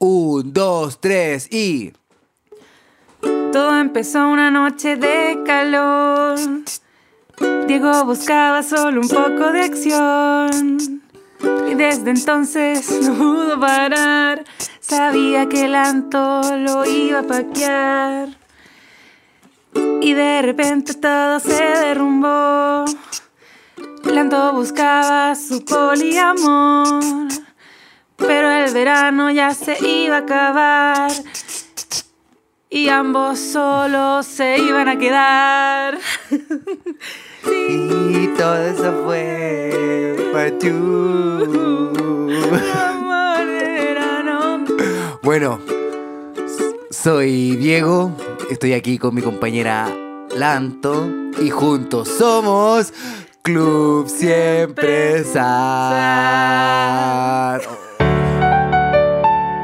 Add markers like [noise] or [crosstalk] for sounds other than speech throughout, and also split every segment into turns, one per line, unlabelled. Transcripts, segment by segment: Un, dos, tres y.
Todo empezó una noche de calor. Diego buscaba solo un poco de acción. Y desde entonces no pudo parar. Sabía que el anto lo iba a paquear. Y de repente todo se derrumbó. Lanto buscaba su poliamor. Pero el verano ya se iba a acabar. Y ambos solos se iban a quedar. [laughs]
Y todo eso fue para ti.
Amor de verano.
[laughs] Bueno, s- soy Diego, estoy aquí con mi compañera Lanto y juntos somos Club Siempre Sar.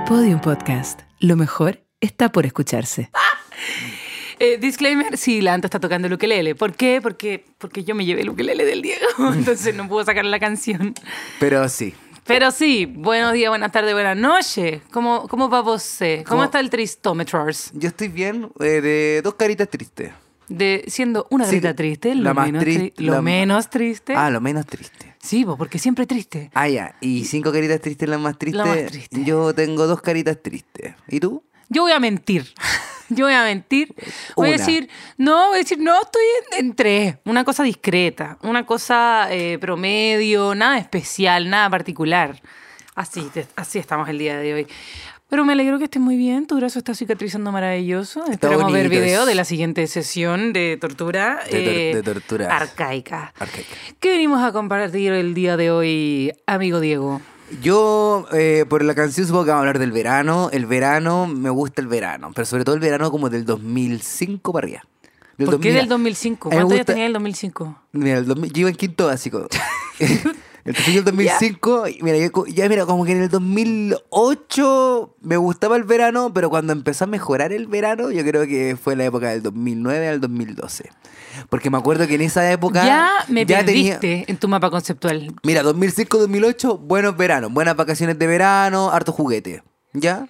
Podium Podcast. Lo mejor está por escucharse.
Ah. Eh, disclaimer, sí, la Anto está tocando el ukelele. ¿Por qué? Porque, porque yo me llevé el ukelele del Diego, [laughs] entonces no puedo sacar la canción.
Pero sí,
Pero sí, buenos días, buenas tardes, buenas noches. ¿Cómo, cómo va vos? eh? ¿Cómo
¿Cómo?
está el tristómetros?
yo estoy bien eh, de dos caritas tristes.
De, siendo una
Sí,
grita triste, lo,
la más
menos,
tris-
tri- lo
la-
menos triste.
Ah, lo menos triste.
Sí, vos, porque siempre triste.
Ah, ya. Y cinco caritas tristes, las más tristes.
más triste.
Yo tengo dos caritas tristes. ¿Y tú?
Yo voy a mentir. [laughs] Yo voy a mentir. Voy a
Una.
decir, no, voy a decir, no, estoy en, en tres. Una cosa discreta, una cosa eh, promedio, nada especial, nada particular. Así, te- así estamos el día de hoy. Pero me alegro que estés muy bien. Tu brazo está cicatrizando maravilloso. Esperamos ver
bonito,
video
es-
de la siguiente sesión de tortura.
De
eh,
tor- de torturas.
Arcaica.
Arcaica.
¿Qué venimos a compartir el día de hoy, amigo Diego?
Yo, eh, por la canción, supongo que vamos a hablar del verano. El verano, me gusta el verano, pero sobre todo el verano como del 2005 para arriba. Del
¿Por qué
2000
del 2005?
A mí me
¿Cuántos años
gusta-
tenía el 2005?
Mira, el 2000 yo iba en quinto
[laughs]
básico. Entonces yo el 2005, y mira, yo co- ya mira, como que en el 2008 me gustaba el verano, pero cuando empezó a mejorar el verano, yo creo que fue la época del 2009 al 2012. Porque me acuerdo que en esa época
Ya me
ya tenía-
perdiste en tu mapa conceptual.
Mira, 2005-2008, buenos veranos, buenas vacaciones de verano, harto juguete. ¿Ya?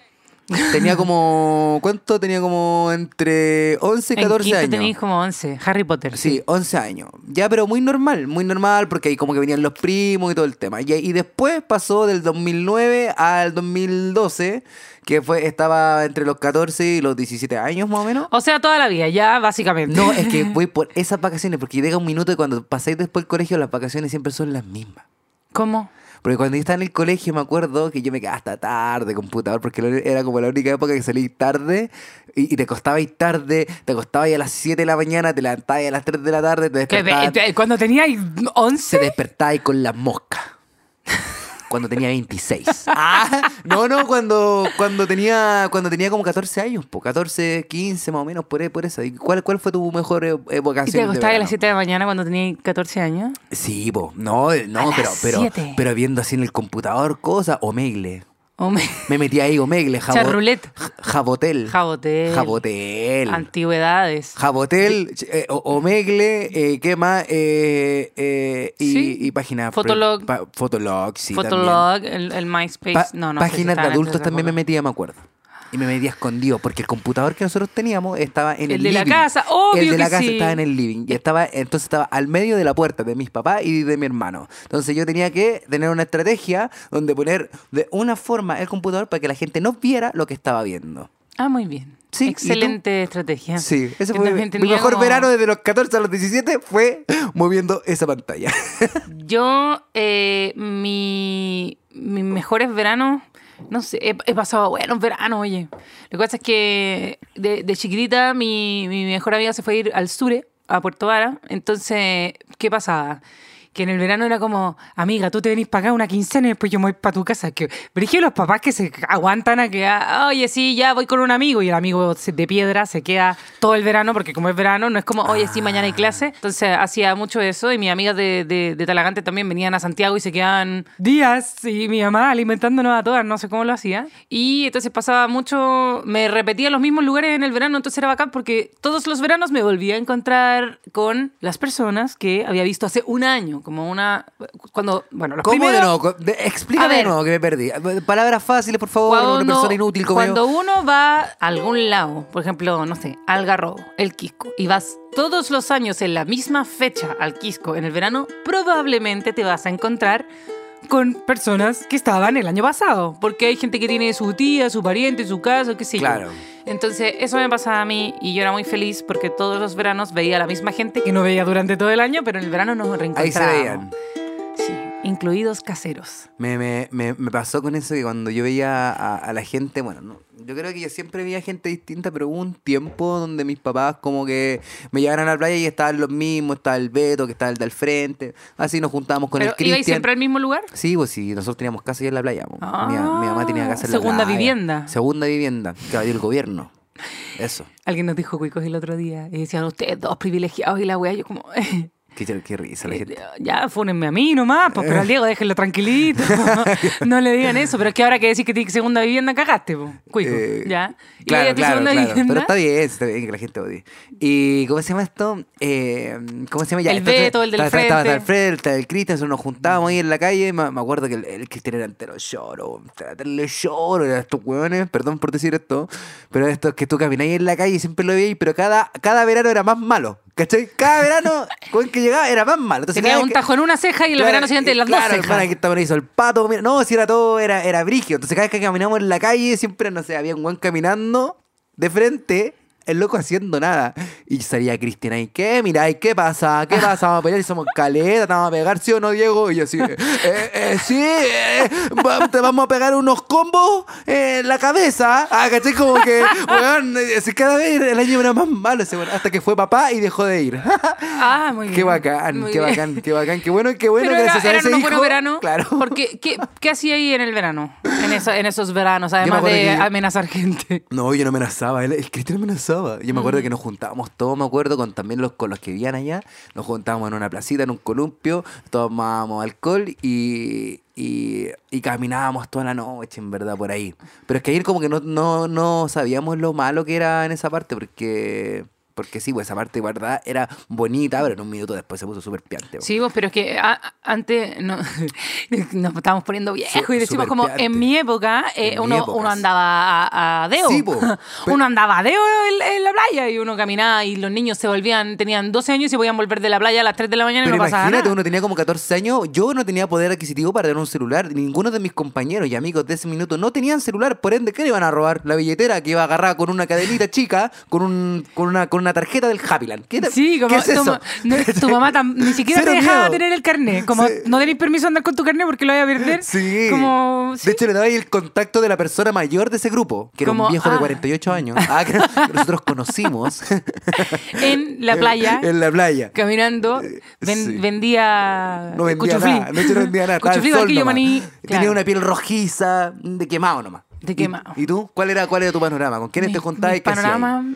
Tenía como. ¿Cuánto? Tenía como entre 11 y
en
14
quinto
años.
tenías como 11, Harry Potter.
Sí, 11 años. Ya, pero muy normal, muy normal, porque ahí como que venían los primos y todo el tema. Y, y después pasó del 2009 al 2012, que fue estaba entre los 14 y los 17 años más o menos.
O sea, toda la vida, ya básicamente.
No, es que voy por esas vacaciones, porque llega un minuto y cuando pasáis después del colegio, las vacaciones siempre son las mismas.
[laughs] ¿Cómo?
Porque cuando yo estaba en el colegio me acuerdo que yo me quedaba hasta tarde computador, porque lo- era como la única época que salí tarde y, y te acostabas tarde, te acostabas a las 7 de la mañana, te levantabas a las 3 de la tarde, te
Que ve-
despertabas,
te- Cuando teníais
te
11.
despertabas con las moscas. [laughs] Cuando tenía 26. Ah, no, no, cuando, cuando, tenía, cuando tenía como 14 años, po, 14, 15 más o menos, por, ahí- por eso. ¿Y cuál, ¿Cuál fue tu mejor eh, eh,
¿Y
vocación?
te
de
acostabas a
verano?
las 7 de la mañana cuando tenías 14 años?
Sí, po. no, eh, no,
A
pero,
las
pero,
siete.
pero viendo así en el computador cosas, o Megle.
O Oh, me- [laughs]
Me metí ahí, Omegle, jabo,
Charroulette.
j- Jabotel.
Jabotel.
Jabotel.
Antigüedades.
Jabotel, ch- eh, o- Omegle, eh, ¿qué más? Eh, eh, y,
Sí.
y páginas. pre-
Fotolog.
pa- Fotolog, sí. también.
Fotolog, el, el MySpace.
Pa-
no, no. sé si
páginas de
estaban antes
adultos también me
tampoco.
metía, me acuerdo. Y me metía escondido, porque el computador que nosotros teníamos estaba en el,
El de la
living.
casa, obvio
El de
que
la casa
sí.
estaba en el living. Y estaba, entonces estaba al medio de la puerta de mis papás y de mi hermano. Entonces yo tenía que tener una estrategia donde poner de una forma el computador para que la gente no viera lo que estaba viendo.
Ah, muy bien.
Sí, ¿y tú?
Excelente estrategia.
Sí, ese
Yo
fue
también
mi
tenía
mejor
como-
verano desde los 14 a los 17 fue moviendo esa
[laughs]
pantalla.
Yo, eh, mi, mis mejores veranos, no sé, he, he pasado buenos veranos, oye. Lo que pasa es que de, de chiquitita mi, mi mejor amiga se fue a ir al Sure, a Puerto Vara. Entonces, ¿qué pasaba? Que en el verano era como, amiga, tú te venís para acá una quincena y después yo me voy para tu casa. Que brigio los papás que se aguantan a que, ah, oye, sí, ya voy con un amigo. Y el amigo se- de piedra se queda todo el verano, porque como es verano, no es como, oye, sí, mañana hay clase. Entonces hacía mucho eso. Y mis amigas de, de, de Talagante también venían a Santiago y se quedaban días. Y mi mamá alimentándonos a todas, no sé cómo lo hacía. Y entonces pasaba mucho, me repetía los mismos lugares en el verano. Entonces era bacán porque todos los veranos me volvía a encontrar con las personas que había visto hace un año. como una... Cuando, bueno, los
¿Cómo de
primeros-
nuevo? Co- de-
A
Explícame de
ver.
nuevo que me perdí. Palabras fáciles, por favor, una persona inútil como
cuando
yo.
uno va a algún lado, por ejemplo, no sé, al Garrobo, el Quisco, y vas todos los años en la misma fecha al Quisco en el verano, probablemente te vas a encontrar con personas que estaban el año pasado, porque hay gente que tiene su tía, su pariente, su casa, qué sé yo.
Claro.
Entonces, eso me pasaba a mí y yo era muy feliz porque todos los veranos veía a la misma gente que no veía durante todo el año, pero en el verano nos
Ahí se veían.
reencontrábamos. Sí, incluidos caseros.
Me, me, me, me pasó con eso que cuando yo veía a, a la gente, bueno, no, yo creo que yo siempre veía gente distinta, pero hubo un tiempo donde mis papás como que me llevaron a la playa y estaban los mismos, estaba el Beto, que estaba el del frente, así nos juntábamos con
¿Pero
el
ibais
Cristian.
siempre al mismo lugar?
Sí, pues sí, nosotros teníamos casa ahí en la playa. po.
Ah,
mi, mi mamá tenía casa en la
segunda
playa.
vivienda.
Segunda vivienda, que la dio el gobierno. Eso,
Alguien nos dijo cuicos el otro día y decían ustedes dos privilegiados y la weá. Yo, como, [laughs]
qué, ch- qué risa
Eh,
la gente.
ya, fúnenme a mí nomás, pues, pero al Diego déjenlo tranquilito.
[laughs]
[laughs] no le digan eso, pero es que ahora que decís que tiene segunda vivienda, cagaste, po, cuico.
Eh,
ya. Y le
Claro,
diste
claro,
segunda
claro.
vivienda,
Pero está bien, está bien que la gente odie. ¿Y cómo se llama esto? Eh, ¿Cómo se llama? Ya,
El
entonces,
Beto, el del
estaba- estaba-
frente.
Estaba el Fred, estaba el Cristian, nosotros nos juntábamos ahí en la calle. Me, me acuerdo que el, el Cristian era entero lloro, entero lloro, eran estos hueones, perdón por decir esto, pero esto es que tú camináis en la calle y siempre lo veíais, pero cada, cada verano era más malo, ¿cachai? Cada verano, [laughs] con el que llegaba, era más malo. Entonces,
tenía
cada
un
vez que-
tajo en una ceja y el
Claro,
verano siguiente en las
claro,
dos
el pana
cejas.
que estaba hizo el pato. mira, no, si era todo, era, era brígido. Entonces cada vez que caminamos en la calle, siempre, no sé, había un guan caminando de frente, el loco haciendo nada. Y salía Cristina, ¿y qué? Mira, ¿y qué pasa?
[laughs]
¿Qué pasa? Vamos a pelear y somos caleta, te vamos a pegar, ¿sí o no, Diego? Y yo así, eh, eh, sí, eh, va- te vamos a pegar unos combos eh, en la cabeza. Ah, ¿cachai? Como
[laughs]
que, weón, eh, si cada vez el año era más malo ese weón, hasta que fue papá y dejó de ir. [laughs]
Ah, muy bien.
Qué bacán,
muy
qué
bien.
bacán, qué bacán, qué bueno, qué bueno
Pero era,
gracias a
eran
ese
unos
hijo.
buenos veranos.
Claro.
Porque, ¿qué, ¿Qué hacía ahí en el verano? En, esa- en esos veranos,
me
además de
acuerdo que-
amenazar gente.
[laughs] No, yo no amenazaba, el, el Cristian amenazaba. Yo me acuerdo que nos juntábamos todos, me acuerdo, con también los con los que vivían allá. Nos juntábamos en una placita, en un columpio, tomábamos alcohol y, y, y caminábamos toda la noche, en verdad, por ahí. Pero es que ayer como que no, no, no sabíamos lo malo que era en esa parte, porque... Porque sí, pues esa parte, de verdad, era bonita, pero en un minuto después se puso súper piante.
Sí, vos, pero es que a- a- antes no, [laughs] nos estábamos poniendo viejos
Su-
y decimos como
superpiante.
en mi época eh,
En mi
uno,
época,
uno
sí.
andaba a, a deo.
Sí,
[laughs]
po, pero-
uno andaba a deo en, en la playa y uno caminaba y los niños se volvían, tenían 12 años y se podían volver de la playa a las 3 de la mañana
Pero
y no pasaba
imagínate,
nada.
uno tenía como 14 años, yo no tenía poder adquisitivo para tener un celular. Ninguno de mis compañeros y amigos de ese minuto no tenían celular, por ende, ¿qué le iban a robar? La billetera que iba agarrada con una
[laughs]
cadenita chica, con un, con una, con una tarjeta del Happyland. ¿Qué, te-
Sí, como
¿qué es
tu,
eso?
ma- no,
[laughs]
tu mamá tam- ni siquiera
Cero
te dejaba
miedo.
tener el carnet. Como
Sí.
no tenéis permiso de andar con tu carnet porque lo voy a perder.
Sí.
Como, sí.
De hecho, le daba ahí el contacto de la persona mayor de ese grupo, que era un
Como,
viejo de
ah.
48 años, ah, que [laughs] nosotros conocimos
en [laughs]
[laughs]
la playa,
en la playa.
caminando, ven-
Eh, sí.
vendía
No vendía
cuchuflí.
nada, no
[laughs]
te vendía nada. estaba
Cuchuflí,
al sol
barquillo,
nomás.
maní.
Tenía
claro.
una piel rojiza, de quemado nomás.
De
¿Y-
quemado.
¿Y, tú? ¿Cuál era, ¿Cuál era tu panorama? ¿Con quiénes
Mi-
te juntabas
mi
este y qué hacías?
panorama,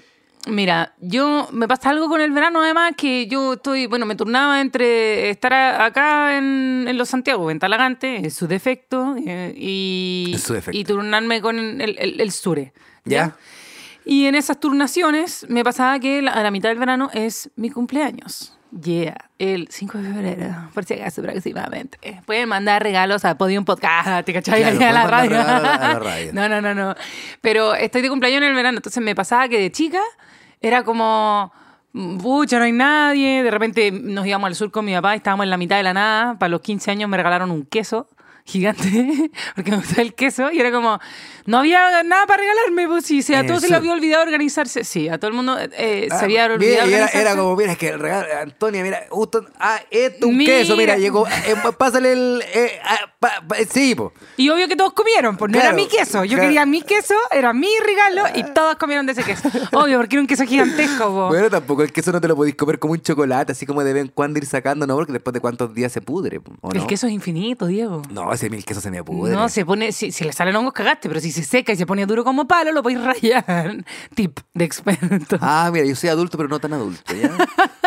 Mira, yo me pasa algo con el verano además que yo estoy, bueno, me turnaba entre estar a- acá en, en Los Santiago, en Talagante, en su defecto, eh, y,
En su defecto.
y turnarme con el, el- el Sure.
¿Ya?
Y en esas turnaciones me pasaba que la- a la mitad del verano es mi cumpleaños. Yeah, el 5 de febrero, por si acaso próximamente. Eh, Pueden mandar regalos a Podium Podcast, Ah, ¿te
Claro,
cachai? Ahí [laughs] a,
pueden
la
mandar
radio.
regalos a la radio.
[laughs] No, no, no, no. Pero estoy de cumpleaños en el verano, entonces me pasaba que de chica era como, pucha, no hay nadie. De repente nos íbamos al sur con mi papá y estábamos en la mitad de la nada. Para los 15 años me regalaron un queso gigante, [laughs] porque me gustaba el queso, y era como, no había nada para regalarme, pues sí, o sea,
En
a todos
el
se le
sur.
había olvidado organizarse. Sí, a todo el mundo eh,
Ah,
se había
mira,
olvidado
y era,
organizarse.
era como, mira, es que el regalo, Antonia, mira, justo, ah, esto un
Mira.
queso, mira, llegó, eh, pásale el, eh, ah, pa- pa- sí, po.
Y obvio que todos comieron, pues no
Claro,
era mi queso. Yo
claro.
quería mi queso, era mi regalo y todos comieron de
[laughs]
ese queso. Obvio, porque era un queso gigantesco. po.
Bueno, tampoco el queso no te lo podéis comer como un chocolate, así como de vez en cuando ir sacando, ¿no? Porque después de cuántos días se pudre, ¿o
el
no?
queso es infinito, Diego.
No, ese mil queso se me pudre.
No, se pone, si, si le salen hongos, cagaste, pero si se seca y se pone duro como palo, lo podéis rayar. [laughs] Tip de experto.
Ah, mira, yo soy adulto, pero no tan adulto,
[laughs]
¿ya?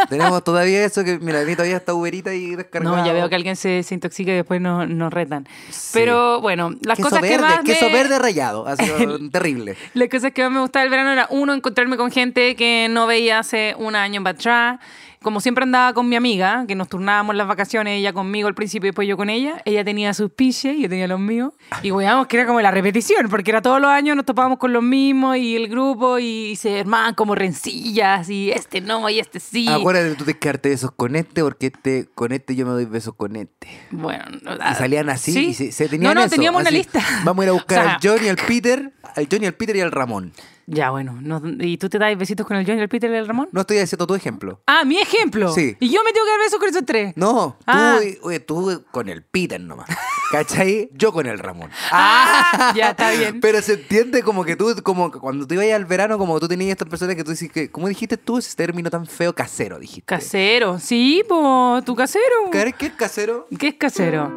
Tenemos todavía eso que, mira, a mí todavía está uberita y descargado.
No, ya veo que alguien se, se intoxica y después nos nos retan.
Sí.
Pero bueno, las
queso
cosas
verde,
que más me-
queso verde rayado, ha
[laughs]
sido terrible.
Las cosas que más me gustaba del verano era, uno, encontrarme con gente que no veía hace un año para atrás. como siempre andaba con mi amiga, que nos turnábamos las vacaciones, ella conmigo al principio y después yo con ella, ella tenía sus piches, yo tenía los míos. Y weábamos que era como la repetición, porque era todos los años nos topábamos con los mismos y el grupo y se armaban como rencillas y este no y este sí.
Acuérdate de tú descarte besos con este, porque este, con este yo me doy besos con este.
Bueno, no-
Y salían así.
Ah, ¿Sí?
y se, se tenían
No, no,
eso,
teníamos una
así,
lista.
Vamos a ir a buscar
[laughs] O sea,
al Johnny, al Peter, al Johnny, al Peter y al Ramón.
Ya, bueno. no- ¿Y tú te das besitos con el Johnny, el Peter y el Ramón?
No estoy haciendo tu ejemplo.
Ah, mi ejemplo.
Sí.
Y yo me tengo que dar besos con esos tres.
No, tú,
Ah.
oye, tú con el Peter nomás. ¿Cachai? Yo con el Ramón.
Ah,
[laughs]
ya está bien.
Pero se entiende como que tú, como que cuando tú ibas al verano, como tú tenías estas personas que tú dices que, ¿cómo dijiste tú ese término tan feo? Casero, dijiste.
Casero, sí, po, tu casero.
¿Qué qué es casero?
¿Qué es casero?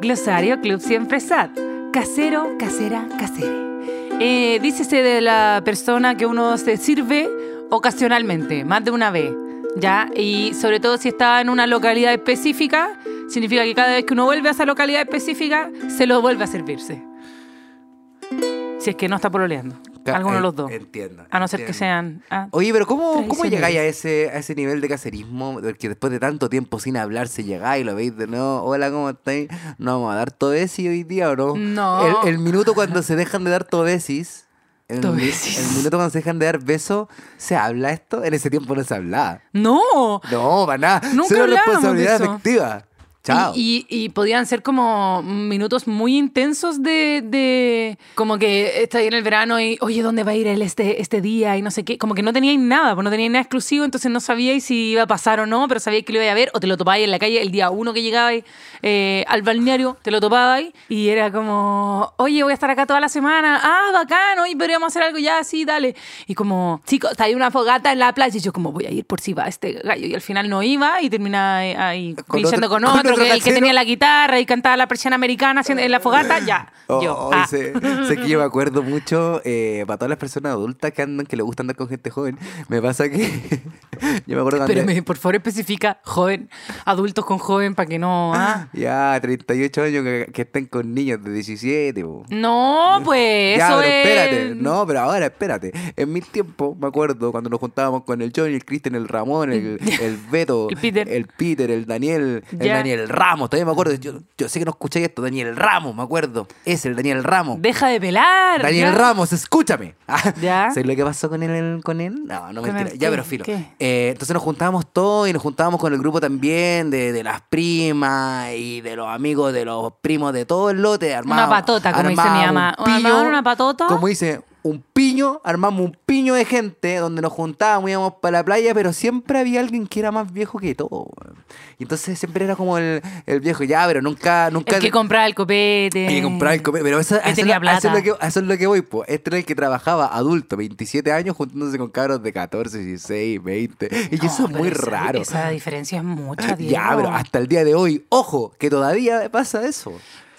Glosario Club Siempre Sat. Casero, casera, casere. Eh, dícese de la persona que uno se sirve ocasionalmente, más de una vez, ¿ya? Y sobre todo si está en una localidad específica, significa que cada vez que uno vuelve a esa localidad específica, se lo vuelve a servirse. Si es que no está pololeando.
Ca- eh,
Alguno de
en-
los dos.
Entiendo.
A no ser que
entiendo.
sean... ah,
Oye, pero ¿cómo, ¿cómo
Traicioneros.
llegáis a ese, a ese nivel de cacerismo? Del que después de tanto tiempo sin hablarse llegáis y lo veis de nuevo. Hola, ¿cómo estáis? ¿No vamos a dar todesis hoy día o no?
No.
El, el minuto cuando se dejan de dar todesis. El, mi-
Todesis.
el minuto cuando se dejan de dar besos, ¿se habla esto? En ese tiempo no se hablaba.
¡No!
No, para nada.
[laughs] Nunca
Cero
hablábamos de
responsabilidad
eso.
afectiva. Chao.
Y, y- y podían ser como minutos muy intensos de, de- Como que está ahí en el verano y, oye, ¿dónde va a ir él este, este día? Y no sé qué. Como que no teníais nada, pues no teníais nada exclusivo, entonces no sabíais si iba a pasar o no, pero sabíais que lo iba a ver o te lo topabais en la calle el día uno que llegabais eh, al balneario, te lo topabais y era como, oye, voy a estar acá toda la semana. Ah, bacán, oye, podríamos hacer algo ya, sí, dale. Y como, chicos, hay una fogata en la playa. Y yo, como, voy a ir por si va este gallo. Y al final no iba y terminaba eh, ahí
Con
pinchando
otro-
con
con
otro,
otro
que el que
casero.
tenía la guitarra y cantaba la persiana americana haciendo- en la fogata, ya.
Oh,
yo,
oh,
ah.
sé, [laughs] sé que yo me acuerdo mucho, eh, para todas las personas adultas que andan, que les gusta andar con gente joven, me pasa que [laughs] yo me acuerdo cuando...
Espérame, por favor especifica joven, adultos con joven, para que no... ah.
Ya, 38 años que, que estén con niños de 17. po.
No, pues
ya,
eso
pero espérate.
es...
No, pero ahora espérate. En mi tiempo, me acuerdo, cuando nos juntábamos con el Johnny, el Cristian, el Ramón,
[laughs]
el, el Beto,
El Peter.
el, Peter, el Daniel, el
Ya.
Daniel Ramos. Todavía me acuerdo. Yo, yo sé que no escucháis esto. Daniel Ramos, me acuerdo. Es el Daniel Ramos.
Deja de pelar.
Daniel
ya.
Ramos, escúchame. [laughs] Ah,
Ya.
¿Sabes lo que pasó con él? Con él? No, no
¿Con
mentira.
él
Ya,
qué?
pero filo.
¿Qué?
Eh, entonces nos juntábamos todos y nos juntábamos con el grupo también de, de las primas y de los amigos, de los primos, de todo el lote. Armamos,
Una patota, como dice mi
armamos
mamá. ¿Armaban una patota?
Como dice, un piño, armamos un piño de gente donde nos juntábamos, íbamos para la playa, pero siempre había alguien que era más viejo que todo. weón. Y entonces siempre era como el, el viejo, ya, pero nunca... nunca
El que compraba el copete.
y comprar el comer. Pero eso,
Que
a eso,
tenía
a eso es
plata.
lo que, a eso es lo que voy, po. Este era el que trabajaba adulto, 27 años, juntándose con cabros de 14, 16, 20. Y
No,
eso es
pero
muy
esa-
raro.
Esa diferencia es mucha, Diego.
Ya, pero hasta el día de hoy, ojo, que todavía pasa eso.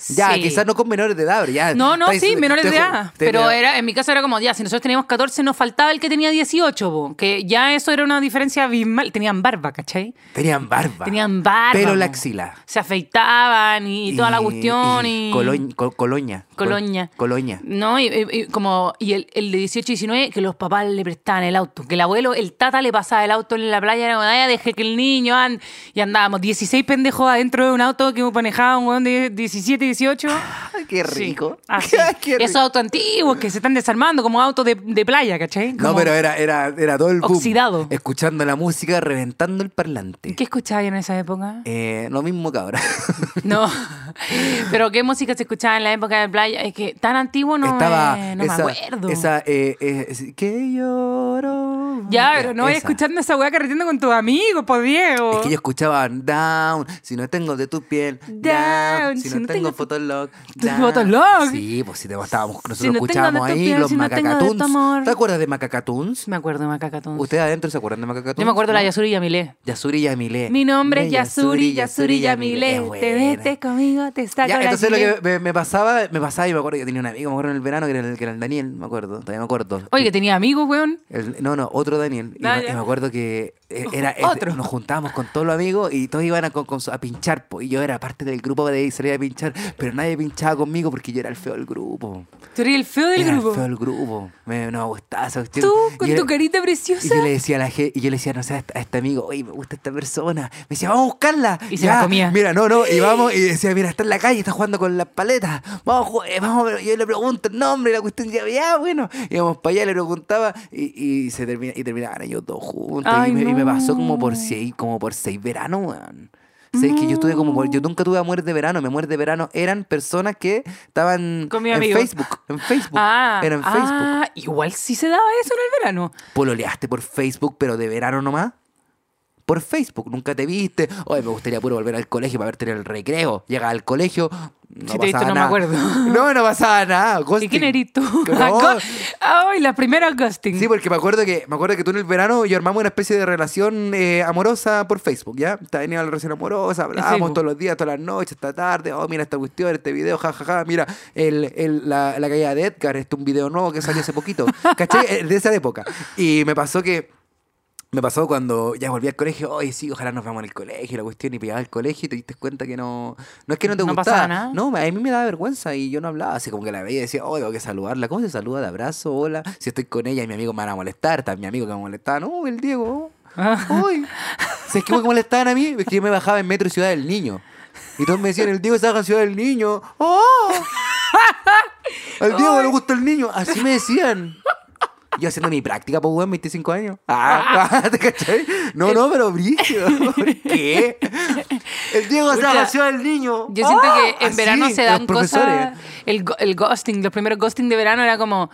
Ya,
Sí.
quizás no con menores de edad, pero ya.
No, no,
estáis-
sí, menores de
te-
edad.
te-
Pero era, en mi caso era como, ya, si nosotros teníamos 14, nos faltaba el que tenía 18, po, que ya eso era una diferencia abismal. Tenían barba, ¿cachai?
Tenían barba.
Tenían barba.
Pelo en la
po.
axila.
Se afeitaban y, toda la cuestión. Y,
coloñ- co- coloña. Col-
Coloña.
Coloña.
No, y, y- y como y el, el de 18 y 19 que los papás le prestaban el auto, que el abuelo, el tata le pasaba el auto en la playa, era como, "Ay, deje que el niño ande y andábamos 16 pendejos adentro de un auto que manejaba un weón de 17,
[laughs]
18.
Ay, qué rico.
Sí, así.
[laughs] Qué rico.
Esos autos antiguos que se están desarmando como autos de, de playa, ¿cachai?
No,
Como-
pero era, era, era todo el boom.
Oxidado.
Escuchando la música, reventando el parlante.
¿Qué escuchabas en esa época?
Eh, lo mismo que ahora.
No. Pero ¿qué música se escuchaba en la época de playa? Es que tan antiguo no,
[laughs] Estaba
me, no me
esa,
acuerdo.
Esa, eh, eh, es- que lloro. Eh,
Ya, pero no vayas
esa.
escuchando esa weá carreteando con tus amigos, por Diego.
Es que ellos escuchaban Down, si no tengo de tu piel, Down, si, no, tengo, Fotolog,
tu
Down.
Fotolog.
Sí, pues si te estábamos, nosotros
no tengo de
escuchábamos
tu
ahí
piel,
los
si no tengo de tu
Macacatuns.
amor.
¿Te acuerdas de Macacatuns?
Me acuerdo de Macacatón.
¿Ustedes adentro se acuerdan de Macacatuns?
Yo me acuerdo de la
¿No?
Yasuri y Yamilé.
Yasuri Yamile.
Mi nombre es
Mira,
Yasuri, Yasuri
Es
Yamilé. Te
buena.
vete conmigo, te saco
Ya,
la
entonces lo
Yamilé.
que me, me pasaba, me pasaba y me acuerdo, yo tenía un amigo, me acuerdo en el verano que era el, que era el Daniel, me acuerdo, todavía me acuerdo.
Oye, que tenía amigos, weón.
El- no, no, otro Daniel. Y,
Ah,
me-
ya.
y me acuerdo que eh, era, eh,
Otro.
nos juntábamos con todos los amigos y todos iban a, con- con su- a pinchar. po, y yo era parte del grupo de salir a pinchar, pero nadie pinchaba conmigo porque yo era el feo del grupo.
Tú eres el feo del
Era
grupo.
el feo del grupo. Me, no me gustaba esa cuestión.
Tú,
Y
con
yo-
tu carita
y
preciosa.
yo le decía a la gente, y yo le decía, no sé, a este- a este amigo, oye, me gusta esta persona. Me decía, vamos a buscarla.
Y se la comía.
Mira, no, no. Y vamos, y decía, mira, está en la calle, está jugando con las paletas. Vamos, ju- eh, vamos. pero Yo le pregunto el nombre, y la cuestión, ya, ya, bueno. Íbamos para allá, le preguntaba, y, y se termina, y terminaban ellos dos juntos.
Ay,
y, me, y me
no.
pasó como por seis, como por seis veranos, weón. Sé que yo estuve como por- yo nunca tuve amores de verano, mi amor de verano eran personas que estaban
Con mi
en
amigo.
Facebook, en Facebook,
Ah,
eran en Facebook.
ah, igual sí se daba eso en el verano.
pololeaste por Facebook, pero de verano nomás. Por Facebook, nunca te viste. Oye, me gustaría puro volver al colegio para verte en el recreo. Llegaba al colegio, no
Si te he visto,
pasaba
no me
nada.
acuerdo.
[laughs] No, no pasaba nada.
¿Y
ghosting.
quién
[laughs]
eres tú? Ah,
No.
Go- [laughs] Ay, la primera ghosting.
Sí, porque me acuerdo que me acuerdo que tú en el verano y yo armamos una especie de relación eh, amorosa por Facebook, ¿ya? Tenía la relación amorosa, hablábamos
Facebook.
todos los días, todas las noches, esta tarde, oh, mira esta cuestión, este video, jajaja, mira, el, el- la, la caída de Edgar, este un video nuevo que salió hace
[laughs]
poquito, ¿cachai? Eh, De esa época. Y me pasó que... Me pasó cuando ya volví al colegio, oye, sí, ojalá nos veamos en el colegio, la cuestión, y pegaba al colegio y te diste cuenta que no. No es que no te
No
gustaba.
pasaba nada.
No, a mí me daba vergüenza y yo no hablaba. Así como que la veía y decía, oh, tengo que saludarla. ¿Cómo se saluda? De abrazo, hola. Si estoy con ella y mi amigo me van a molestar, también mi amigo que me molestaba. No, el Diego.
Ah.
Uy. Si es que me molestaban a mí, es que yo me bajaba en metro Ciudad del Niño. Y todos me decían, el Diego se baja en Ciudad del Niño.
[laughs]
¡Oh! Al Diego le gusta el niño. Así me decían. Yo haciendo mi práctica, pues, weón, 25 años. Ah, [laughs] ¿te cachai? No, no, pero brillo.
[laughs]
¿Por qué? El Diego se
Pucha,
la Ciudad del niño.
Yo siento
¡Ah!
que en
Así,
verano se dan
los profesores.
cosas. El, go- el ghosting, los primeros ghosting de verano era como,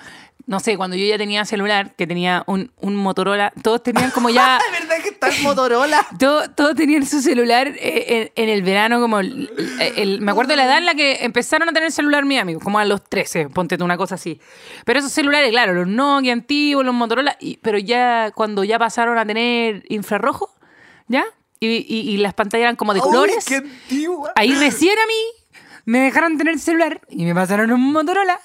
no sé, cuando yo ya tenía celular, que tenía un, un Motorola, todos tenían
[laughs]
como ya.
Ah, ¿verdad que está en
[laughs]
Motorola?
todo- Todos tenían su celular eh, en, en el verano, como. el- el- me acuerdo de la edad en la que empezaron a tener celular mis amigos, como a los 13, ponte tú una cosa así. Pero esos celulares, claro, los Nokia antiguos, los Motorola, y- pero ya cuando ya pasaron a tener infrarrojo, ¿ya? Y, y- y las pantallas eran como de
Uy,
colores.
qué antigua.
Ahí recién a mí me dejaron tener el celular y me pasaron un Motorola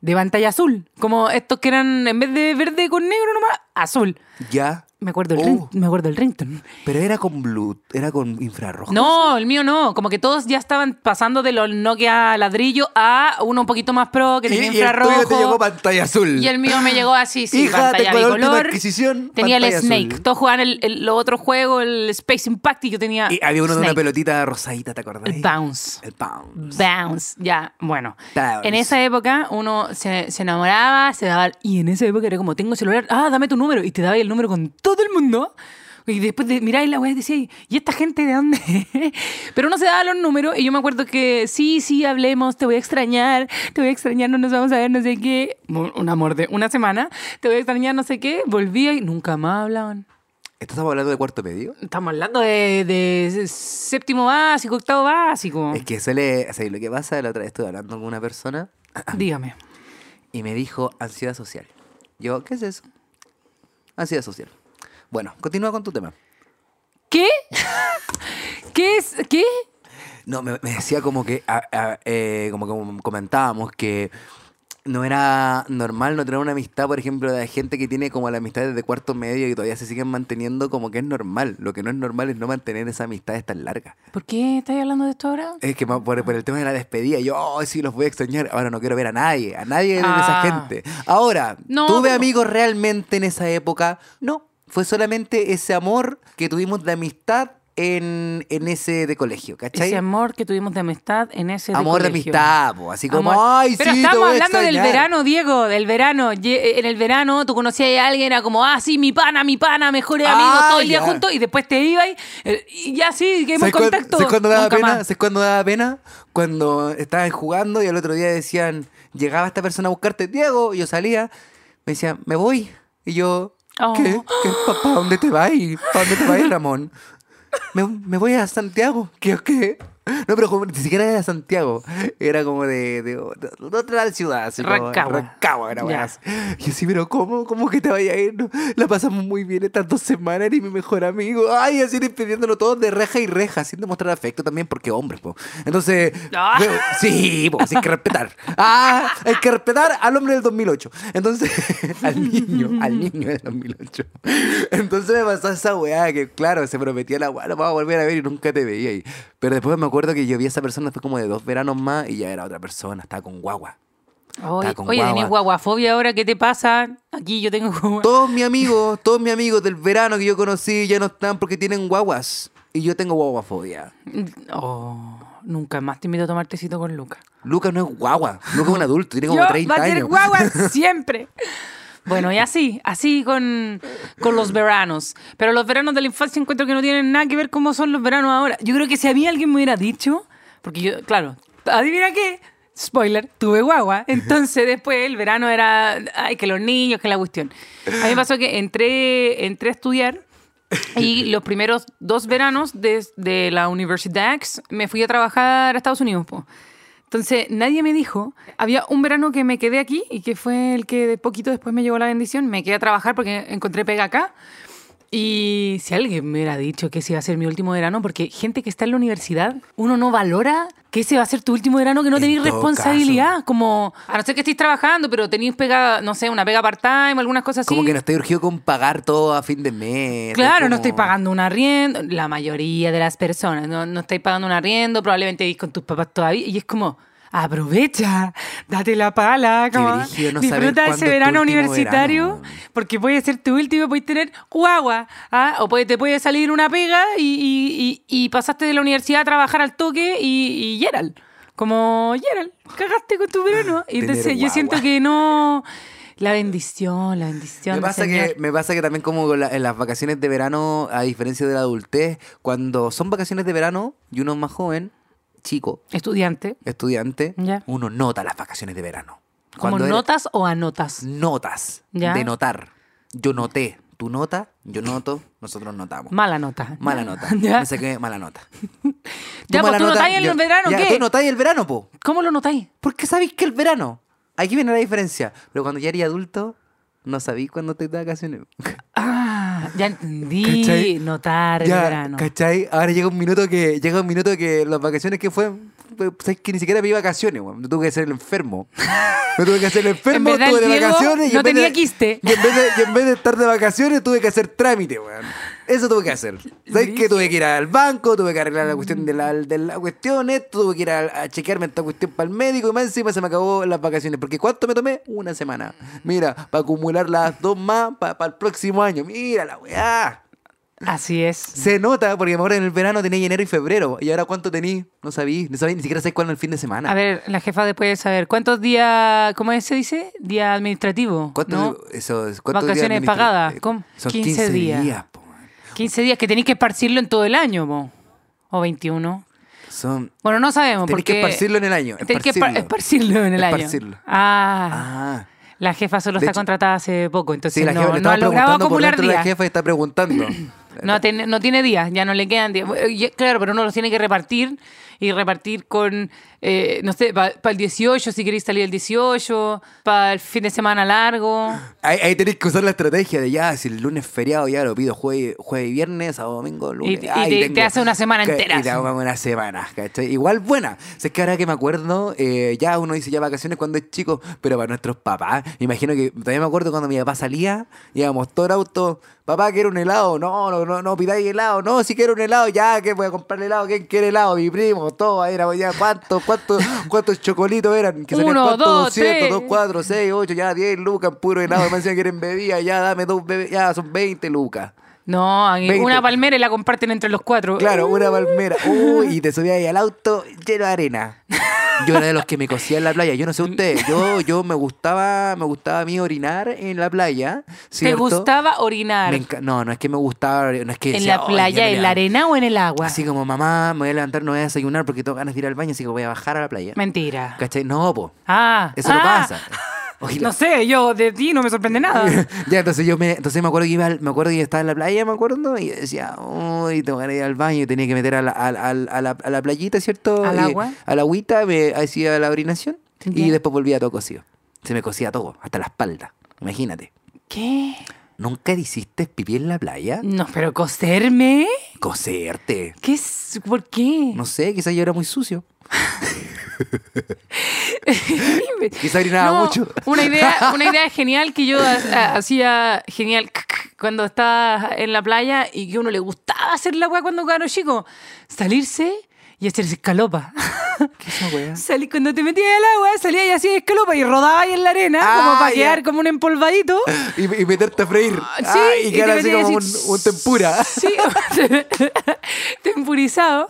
de pantalla azul. Como estos que eran, en vez de verde con negro nomás, azul.
Ya.
Me acuerdo el,
Oh.
ring- me acuerdo el ringtone.
Pero era con blue, era con infrarrojo.
No, el mío no. Como que todos ya estaban pasando de los Nokia ladrillo a uno un poquito más pro que
y,
tenía
y el
infrarrojo.
tuyo te llegó pantalla azul.
Y el mío me llegó así, sí,
Hija,
pantalla
tengo la última
bicolor.
adquisición,
tenía el
pantalla azul.
Snake. Todos jugaban el, el- lo otro juego, el Space Impact, y yo tenía.
Y había uno de una
Snake.
pelotita rosadita, ¿te acordás?
El Bounce.
El bounce.
Bounce, ya, bueno.
Bounce.
En esa época uno se, se enamoraba, se daba. Y en esa época era como: tengo celular, ah, dame tu número. Y te daba el número con todo el mundo. Y después de, miráis la weá y decíais, ¿y esta gente de dónde? [laughs] Pero uno se daba los números y yo me acuerdo que, sí, sí, hablemos, te voy a extrañar, te voy a extrañar, no nos vamos a ver, no sé qué. Un un amor de una semana, te voy a extrañar, no sé qué. Volvía y nunca más hablaban.
¿Estamos hablando de cuarto medio?
Estamos hablando de, de séptimo básico, octavo básico.
Es que suele. O sea, lo que pasa, la otra vez estuve hablando con una persona
ah, Dígame.
y me dijo ansiedad social. Yo, ¿qué es eso? Ansiedad social. Bueno, continúa con tu tema.
¿Qué? [laughs] ¿Qué es? ¿Qué?
No, me, me decía como que, a- a- eh, como, como comentábamos, que no era normal no tener una amistad, por ejemplo, de gente que tiene como la amistad desde cuarto medio y todavía se siguen manteniendo como que es normal. Lo que no es normal es no mantener esa amistad tan larga.
¿Por qué estáis hablando de esto ahora?
Es que ma- por, por el tema de la despedida, yo "Oh, sí los voy a extrañar. Ahora no quiero ver a nadie, a nadie
Ah.
de esa gente. Ahora,
No,
¿tuve
pero-
amigos realmente en esa época? No, fue solamente ese amor que tuvimos de amistad en, en ese de colegio, ¿cachai?
Ese amor que tuvimos de amistad en ese de
Amor de
colegio.
amistad, po, así como,
Amor.
ay,
Pero
sí, te
estamos
voy a
hablando del
extrañar".
verano, Diego, del verano. Ye- En el verano tú conocías a alguien, era como, ah, sí, mi pana, mi pana, mejores
Ah,
amigos, todo el día
ya.
juntos, y después te ibas y, eh, y ya sí, que hemos
¿Sabes cuán-
contacto.
¿Sabes cuándo daba
Nunca
pena?
más.
¿Sabes cuándo daba pena? Cuando estaban jugando y al otro día decían, llegaba esta persona a buscarte, Diego, y yo salía, me decían, me voy. Y yo,
Oh.
¿qué? ¿Qué? ¿Papá,
[laughs]
dónde te vas? ¿Para dónde te vas, Ramón? Me, me voy a Santiago. ¿Qué? ¿Qué? No, pero como- ni siquiera era de Santiago. Era como de, de, de- de otra ciudad. Así como-
Rancagua.
Rancagua, era
Ya.
más. Y así, pero ¿cómo? ¿Cómo que te vaya a ir? No, la pasamos muy bien estas dos semanas y mi mejor amigo. Ay, así despidiéndolo todos de reja y reja, haciendo mostrar afecto también porque hombres, po. Entonces,
Ah.
veo- sí, po, sí hay que respetar. Ah, hay que respetar al hombre del 2008. Entonces, [laughs] al niño, al niño del 2008. Entonces me pasó esa weá que, claro, se prometía la weá, lo vamos a volver a ver y nunca te veía ahí. Pero después me acuerdo que yo vi a esa persona después como de dos veranos más y ya era otra persona, estaba con guagua.
Oye,
con
oye
guagua.
tenés guaguafobia ahora, ¿qué te pasa? Aquí yo tengo guagua. [laughs]
Todos mis amigos, todos mis amigos del verano que yo conocí ya no están porque tienen guaguas. Y yo tengo guaguafobia.
Oh, nunca más te invito a tomar tecito con Luca.
Lucas no es guagua, Lucas es un adulto, tiene como
Yo,
30
va a ser
años. [laughs]
guagua siempre. Bueno, y así, así con, con los veranos. Pero los veranos de la infancia encuentro que no tienen nada que ver cómo son los veranos ahora. Yo creo que si a mí alguien me hubiera dicho, porque yo, claro, adivina qué, spoiler, tuve guagua.
[laughs]
Entonces después el verano era, ay, que los niños, que la cuestión. A mí me pasó que entré, entré a estudiar y los primeros dos veranos desde la Universidad X me fui a trabajar a Estados Unidos. po. Entonces nadie me dijo. Había un verano que me quedé aquí y que fue el que de poquito después me llevó la bendición. Me quedé a trabajar porque encontré pega acá. Y si alguien me hubiera dicho que ese iba a ser mi último verano, porque gente que está en la universidad, uno no valora que ese va a ser tu último verano, que no
En
tenéis
todo
responsabilidad. Como, a no ser que estéis trabajando, pero tenéis pega, no sé, una pega part-time, algunas cosas así.
Como que no estoy urgido con pagar todo a fin de mes.
Claro,
como-
no estoy pagando un arriendo, la mayoría de las personas, no, no estáis pagando un arriendo, probablemente vivís con tus papás todavía, y es como, aprovecha, date la pala,
Qué
como,
brígido no saber
disfruta
cuándo es
ese
tu
verano
último
universitario,
verano.
porque puede ser tu último, puedes tener guagua, ¿ah? o puede, te puede salir una pega y, y- y- y pasaste de la universidad a trabajar al toque y, y Gerald, como Gerald, cagaste con tu verano. Y
Tener
entonces yo
guagua.
siento que no... La bendición, la
Me
bendición. del
pasa, que,
Señor.
me pasa que también como con la- en las vacaciones de verano, a diferencia de la adultez, cuando son vacaciones de verano y uno es más joven, chico,
Estudiante.
estudiante,
Ya.
uno nota las vacaciones de verano.
¿Como
Cuando era-
notas o anotas?
Notas.
Ya.
De notar. Yo noté. Tú nota, yo noto, nosotros notamos.
Mala nota.
Mala
[laughs]
nota.
Ya,
Me saqué mala nota.
Ya, pues, ¿tú
nota,
notáis el
yo-
verano
ya,
qué?
Tú notáis el verano, po.
¿Cómo lo notáis?
Porque sabéis que el verano. Aquí viene la diferencia. Pero cuando ya eres adulto, no sabéis cuándo te das vacaciones. [laughs]
Ah, ya entendí.
¿Cachai?
Notar el
ya,
verano.
¿cachai? Ahora llega un minuto que llega un minuto que las vacaciones que fue, fue- sabes que ni siquiera pedí vacaciones, weón. No tuve que ser el enfermo. No tuve que
[laughs]
ser el enfermo,
En verdad,
tuve
el
de
Diego
vacaciones. y
no
en vez de-
tenía quiste.
Y en, vez de, y en vez de estar de vacaciones, tuve que hacer trámite, weón. Eso tuve que hacer. ¿Sabes qué? Tuve que ir al banco, tuve que arreglar la cuestión de la, de la cuestión, esto, tuve que ir a, a chequearme esta cuestión para el médico y más encima se me acabó las vacaciones. Porque ¿cuánto me tomé? Una semana. Mira, para acumular las dos más para el próximo año. Mira la weá.
Así es.
Se nota, porque ahora en el verano tenéis enero y febrero. ¿Y ahora cuánto tenéis? No sabéis, no sabéis, ni siquiera sabéis cuál es el fin de semana.
A ver, la jefa después de saber. ¿Cuántos días, cómo es, se dice? Día administrativo.
¿Cuánto-
¿no?
eso es- cuántos días
Vacaciones
administra-
pagadas.
eh,
¿Cómo?
Son
15 días.
po, man.
15 días que tenéis que esparcirlo en todo el año, po. o 21.
Son...
Bueno, no sabemos.
Tenéis que
porque
esparcirlo en el año,
Tenéis que espar-
esparcirlo.
esparcirlo en el año.
Esparcirlo.
Ah.
Ah.
La jefa solo
De
está
hecho-
contratada hace poco, entonces
Sí, la jefa le
no, no
estaba
ha logrado
preguntando por
acumular
dentro, la
días.
jefa está
[coughs]
preguntando.
No, tiene- no tiene días, ya no le quedan días. Eh, ya- Claro, pero uno los tiene que repartir y repartir con, eh, no sé, para el 18, si queréis salir el 18, para el fin de semana largo.
Ahí, ahí tenéis que usar la estrategia de ya, si el lunes es feriado ya lo pido jueves, jueves y viernes, sábado, domingo, lunes.
Y- y
Ay,
te- te hace una semana
que-
entera,
Y te
así.
hago una semana, ¿cachai? Igual buena. Si es que ahora que me acuerdo, eh, ya uno dice ya vacaciones cuando es chico, pero para nuestros papás, imagino que también me acuerdo cuando mi papá salía, íbamos todo el auto, papá quiero un helado, no, no, no, no pidáis helado, no, si quiero un helado, ya, que voy a comprar helado, ¿quién quiere helado? Mi primo, todo, ahí era, ya, ¿cuántos, cuántos, cuántos chocolitos eran? Que salían
Uno,
cuántos,
dos,
200,
tres.
dos, cuatro, 4, 6, 8, ya 10 lucas puro helado. Me decían que quieren bebida, ya dame dos bebidas, ya son 20 lucas.
No, hay
Veinte.
una palmera y la comparten entre los cuatro. Uh,
Claro, una palmera. Uy, y te subía ahí al auto lleno de arena. Yo era de los que me cosía en la playa. Yo no sé
Mm.
ustedes. Yo, yo me gustaba, me gustaba a mí orinar en la playa.
¿Te
¿cierto?
gustaba orinar
Me enca- no, no es que me gustaba, no es que
en
decía,
la
"Ay, ya
playa,
me
en la
levanto".
arena o en el agua?
Así como, mamá, me voy a levantar, no voy a desayunar porque tengo ganas de ir al baño, así que voy a bajar a la playa.
Mentira.
¿Cachai? No, po.
Ah, [laughs]
Eso no
ah,
pasa. Oye,
No sé, yo de ti no me
[laughs]
sorprende nada.
ya, entonces yo me, entonces me acuerdo que iba al- me acuerdo que estaba en la playa, me acuerdo, y decía, uy, tengo ganas de ir al baño, y tenía que meter a la, al- al- a la, a la playita, ¿cierto?
¿Al
Y-
agua?
a la agüita, me hacía la orinación y
Ya.
después volvía todo cosido. Se me cosía todo, hasta la espalda. Imagínate.
¿Qué?
¿Nunca hiciste pipí en la playa?
No, pero coserme.
Coserte.
¿Qué es? ¿Por qué?
No sé, quizás yo era muy
[laughs]
sucio.
Dime.
Quizá orinaba mucho. [laughs]
Una idea, una idea genial que yo ha- ha- hacía genial cuando estaba en la playa y que uno le gustaba hacer la weá cuando caro chico. Salirse y
[laughs]
hacerse escalopa.
¿Qué es esa weá?
Salí, cuando te metías al agua, salías y hacías escalopa y rodabas ahí en la arena, como
Ah,
para
ya.
quedar como un empolvadito.
Y, y meterte a freír.
Sí,
Ah, y
te
quedar así
metías
como un,
así,
un tempura.
[laughs] Sí, tempurizado.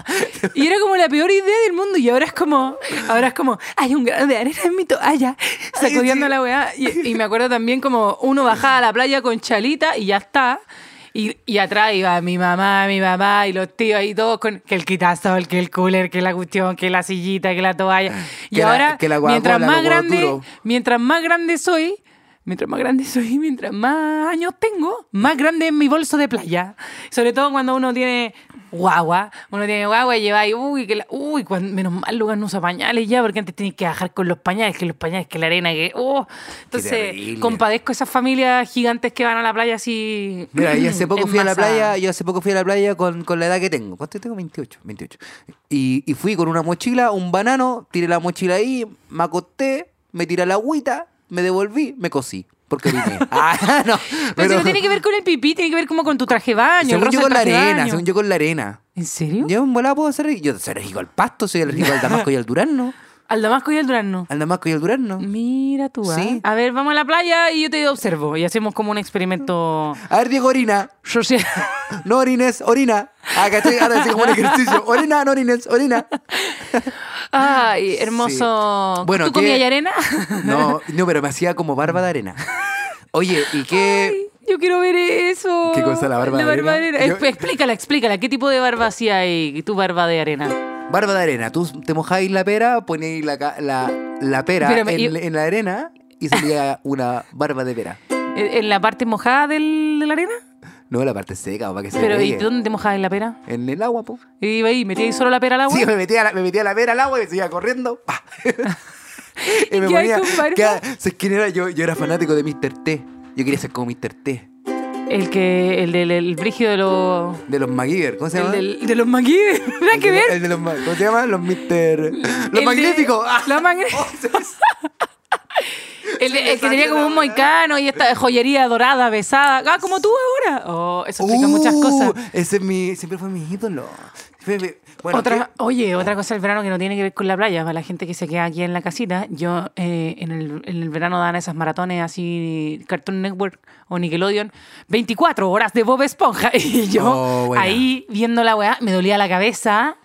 Y era como la peor idea del mundo. Y ahora es como, ahora es como, hay un grano de arena en mi toalla, sacudiendo
sí.
la weá. Y, y me acuerdo también como uno bajaba a la playa con chalita y ya está. Y, y atrás iba mi mamá, mi mamá y los tíos ahí todos con que el quitasol, que el cooler, que la cuestión, que la sillita, que la toalla. Y
Ah, Que la-
ahora,
que la
mientras
guabola,
más
lo
grande,
duro.
mientras más grande soy, mientras más grande soy, [laughs] mientras más años tengo, más grande es mi bolso de playa. Sobre todo cuando uno tiene guagua, uno tiene guagua y lleva ahí, uy, que la- uy cuan- menos mal lugar no usa pañales ya, porque antes tenías que bajar con los pañales, que los pañales, que la arena, que... Oh. Entonces,
terrible.
compadezco esas familias gigantes que van a la playa así...
Mira, yo
[clears throat]
hace poco
en
fui a la
masa.
playa, yo hace poco fui a la playa con, con la edad que tengo. ¿Cuánto tengo? 28, 28. Y, y fui con una mochila, un banano, tiré la mochila ahí, me acosté, me tiré la agüita, me devolví, me cosí. Porque
[laughs]
vine. ah, [laughs] no.
Pero, si no tiene que ver con el pipí, tiene que ver como con tu traje de baño. el
según
rosa
yo
del
con la
traje de
arena,
baño.
según yo con la arena.
¿En serio?
Yo en volada puedo ser Yo soy alérgico al pasto, soy alérgico al damasco y al durazno.
Al Damasco y al Durazno.
Al damasco y al durazno.
Mm. Mira tú, ¿ah?
Sí.
A ver, vamos a la playa y yo te observo y hacemos como un experimento
A ver, Diego, orina. [laughs]
social.
No orines, orina. Ah, ¿cachai? Ahora sí como un ejercicio. Orina, no orines, orina.
Ay, hermoso.
Sí. Bueno,
¿Tú comías
¿qué-
ya arena?
[laughs] No, no, pero me hacía como barba de arena. Oye, ¿y qué?
Yo quiero ver eso.
¿Qué cosa, la barba de arena?
arena?
Yo-
Explícala, explícala. ¿Qué tipo de barba hacía ahí? Tu barba de arena.
Barba de arena. Tú te mojáis la pera, poníais la, ca- la, la pera
Espérame,
en,
yo-
en la arena y salía una barba de pera.
¿E-, ¿En en la parte mojada del- de la arena?
No, la parte seca, para que se
Pero, ¿y
pegue.
dónde te mojabas la pera?
En el agua, po.
Y iba ahí, metías solo la pera al agua.
Sí, me metía, la, me metía la pera al agua y seguía corriendo. pa.
[laughs]
y me
qué hay
ponía.
con barba?
queda- ¿sabes quién era? Yo, yo era fanático de Mr. T. Yo quería ser como Mr. T.
El que, el del el brígido de los.
De los MacGyver. ¿Cómo se
El
llama?
del- de los maquíes. [laughs] Nada
El
que
de-
ver.
el de los, ma- ¿Cómo se llama? Los Mr.
El
Los
de- [laughs]
Magníficos. Ah.
Los magníficos. El, de- el que tenía como un moicano y esta joyería dorada, besada. Ah, como tú ahora. Oh, eso explica muchas
Uh,
cosas.
Ese es mi, siempre fue mi ídolo. Siempre me- bueno,
otra,
¿qué? Oh.
oye, otra cosa del verano que no tiene que ver con la playa, para la gente que se queda aquí en la casita, yo eh, en, el, en el verano dan esas maratones así, Cartoon Network o Nickelodeon, 24 horas de Bob Esponja. [laughs] Y yo
Oh, buena.
ahí viendo la weá, me dolía la cabeza